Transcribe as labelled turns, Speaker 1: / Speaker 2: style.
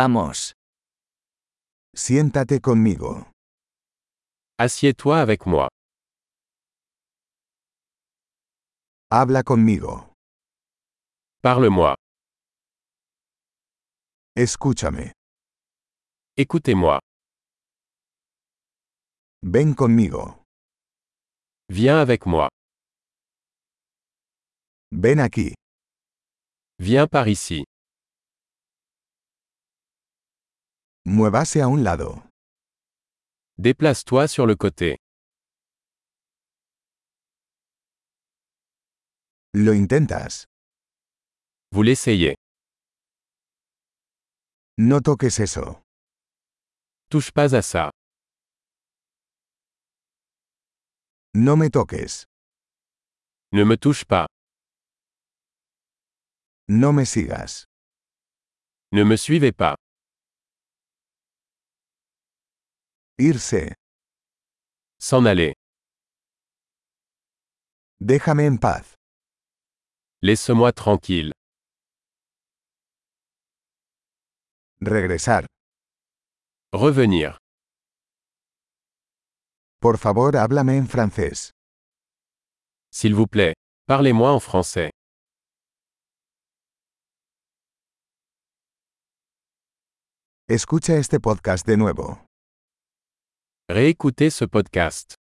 Speaker 1: Vamos.
Speaker 2: Siéntate conmigo.
Speaker 3: Assieds-toi avec moi.
Speaker 2: Habla conmigo.
Speaker 3: Parle-moi.
Speaker 2: Escúchame.
Speaker 3: Écoutez-moi.
Speaker 2: Ven conmigo.
Speaker 3: Viens avec moi.
Speaker 2: Ven aquí.
Speaker 3: Viens par ici.
Speaker 2: Muévase a un lado.
Speaker 3: Déplace-toi sur le côté.
Speaker 2: Lo intentas.
Speaker 3: Vous l'essayez.
Speaker 2: No toques eso.
Speaker 3: Touche pas à ça.
Speaker 2: No me toques.
Speaker 3: Ne me touche pas.
Speaker 2: No me sigas.
Speaker 3: Ne me suivez pas.
Speaker 2: Irse.
Speaker 3: S'en aller.
Speaker 2: Déjame en paz.
Speaker 3: Laisse-moi tranquille.
Speaker 2: Regresar.
Speaker 3: Revenir.
Speaker 2: Por favor, háblame en francés.
Speaker 3: S'il vous plaît. Parlez-moi en français.
Speaker 2: Escucha este podcast de nuevo.
Speaker 3: Réécoutez ce podcast.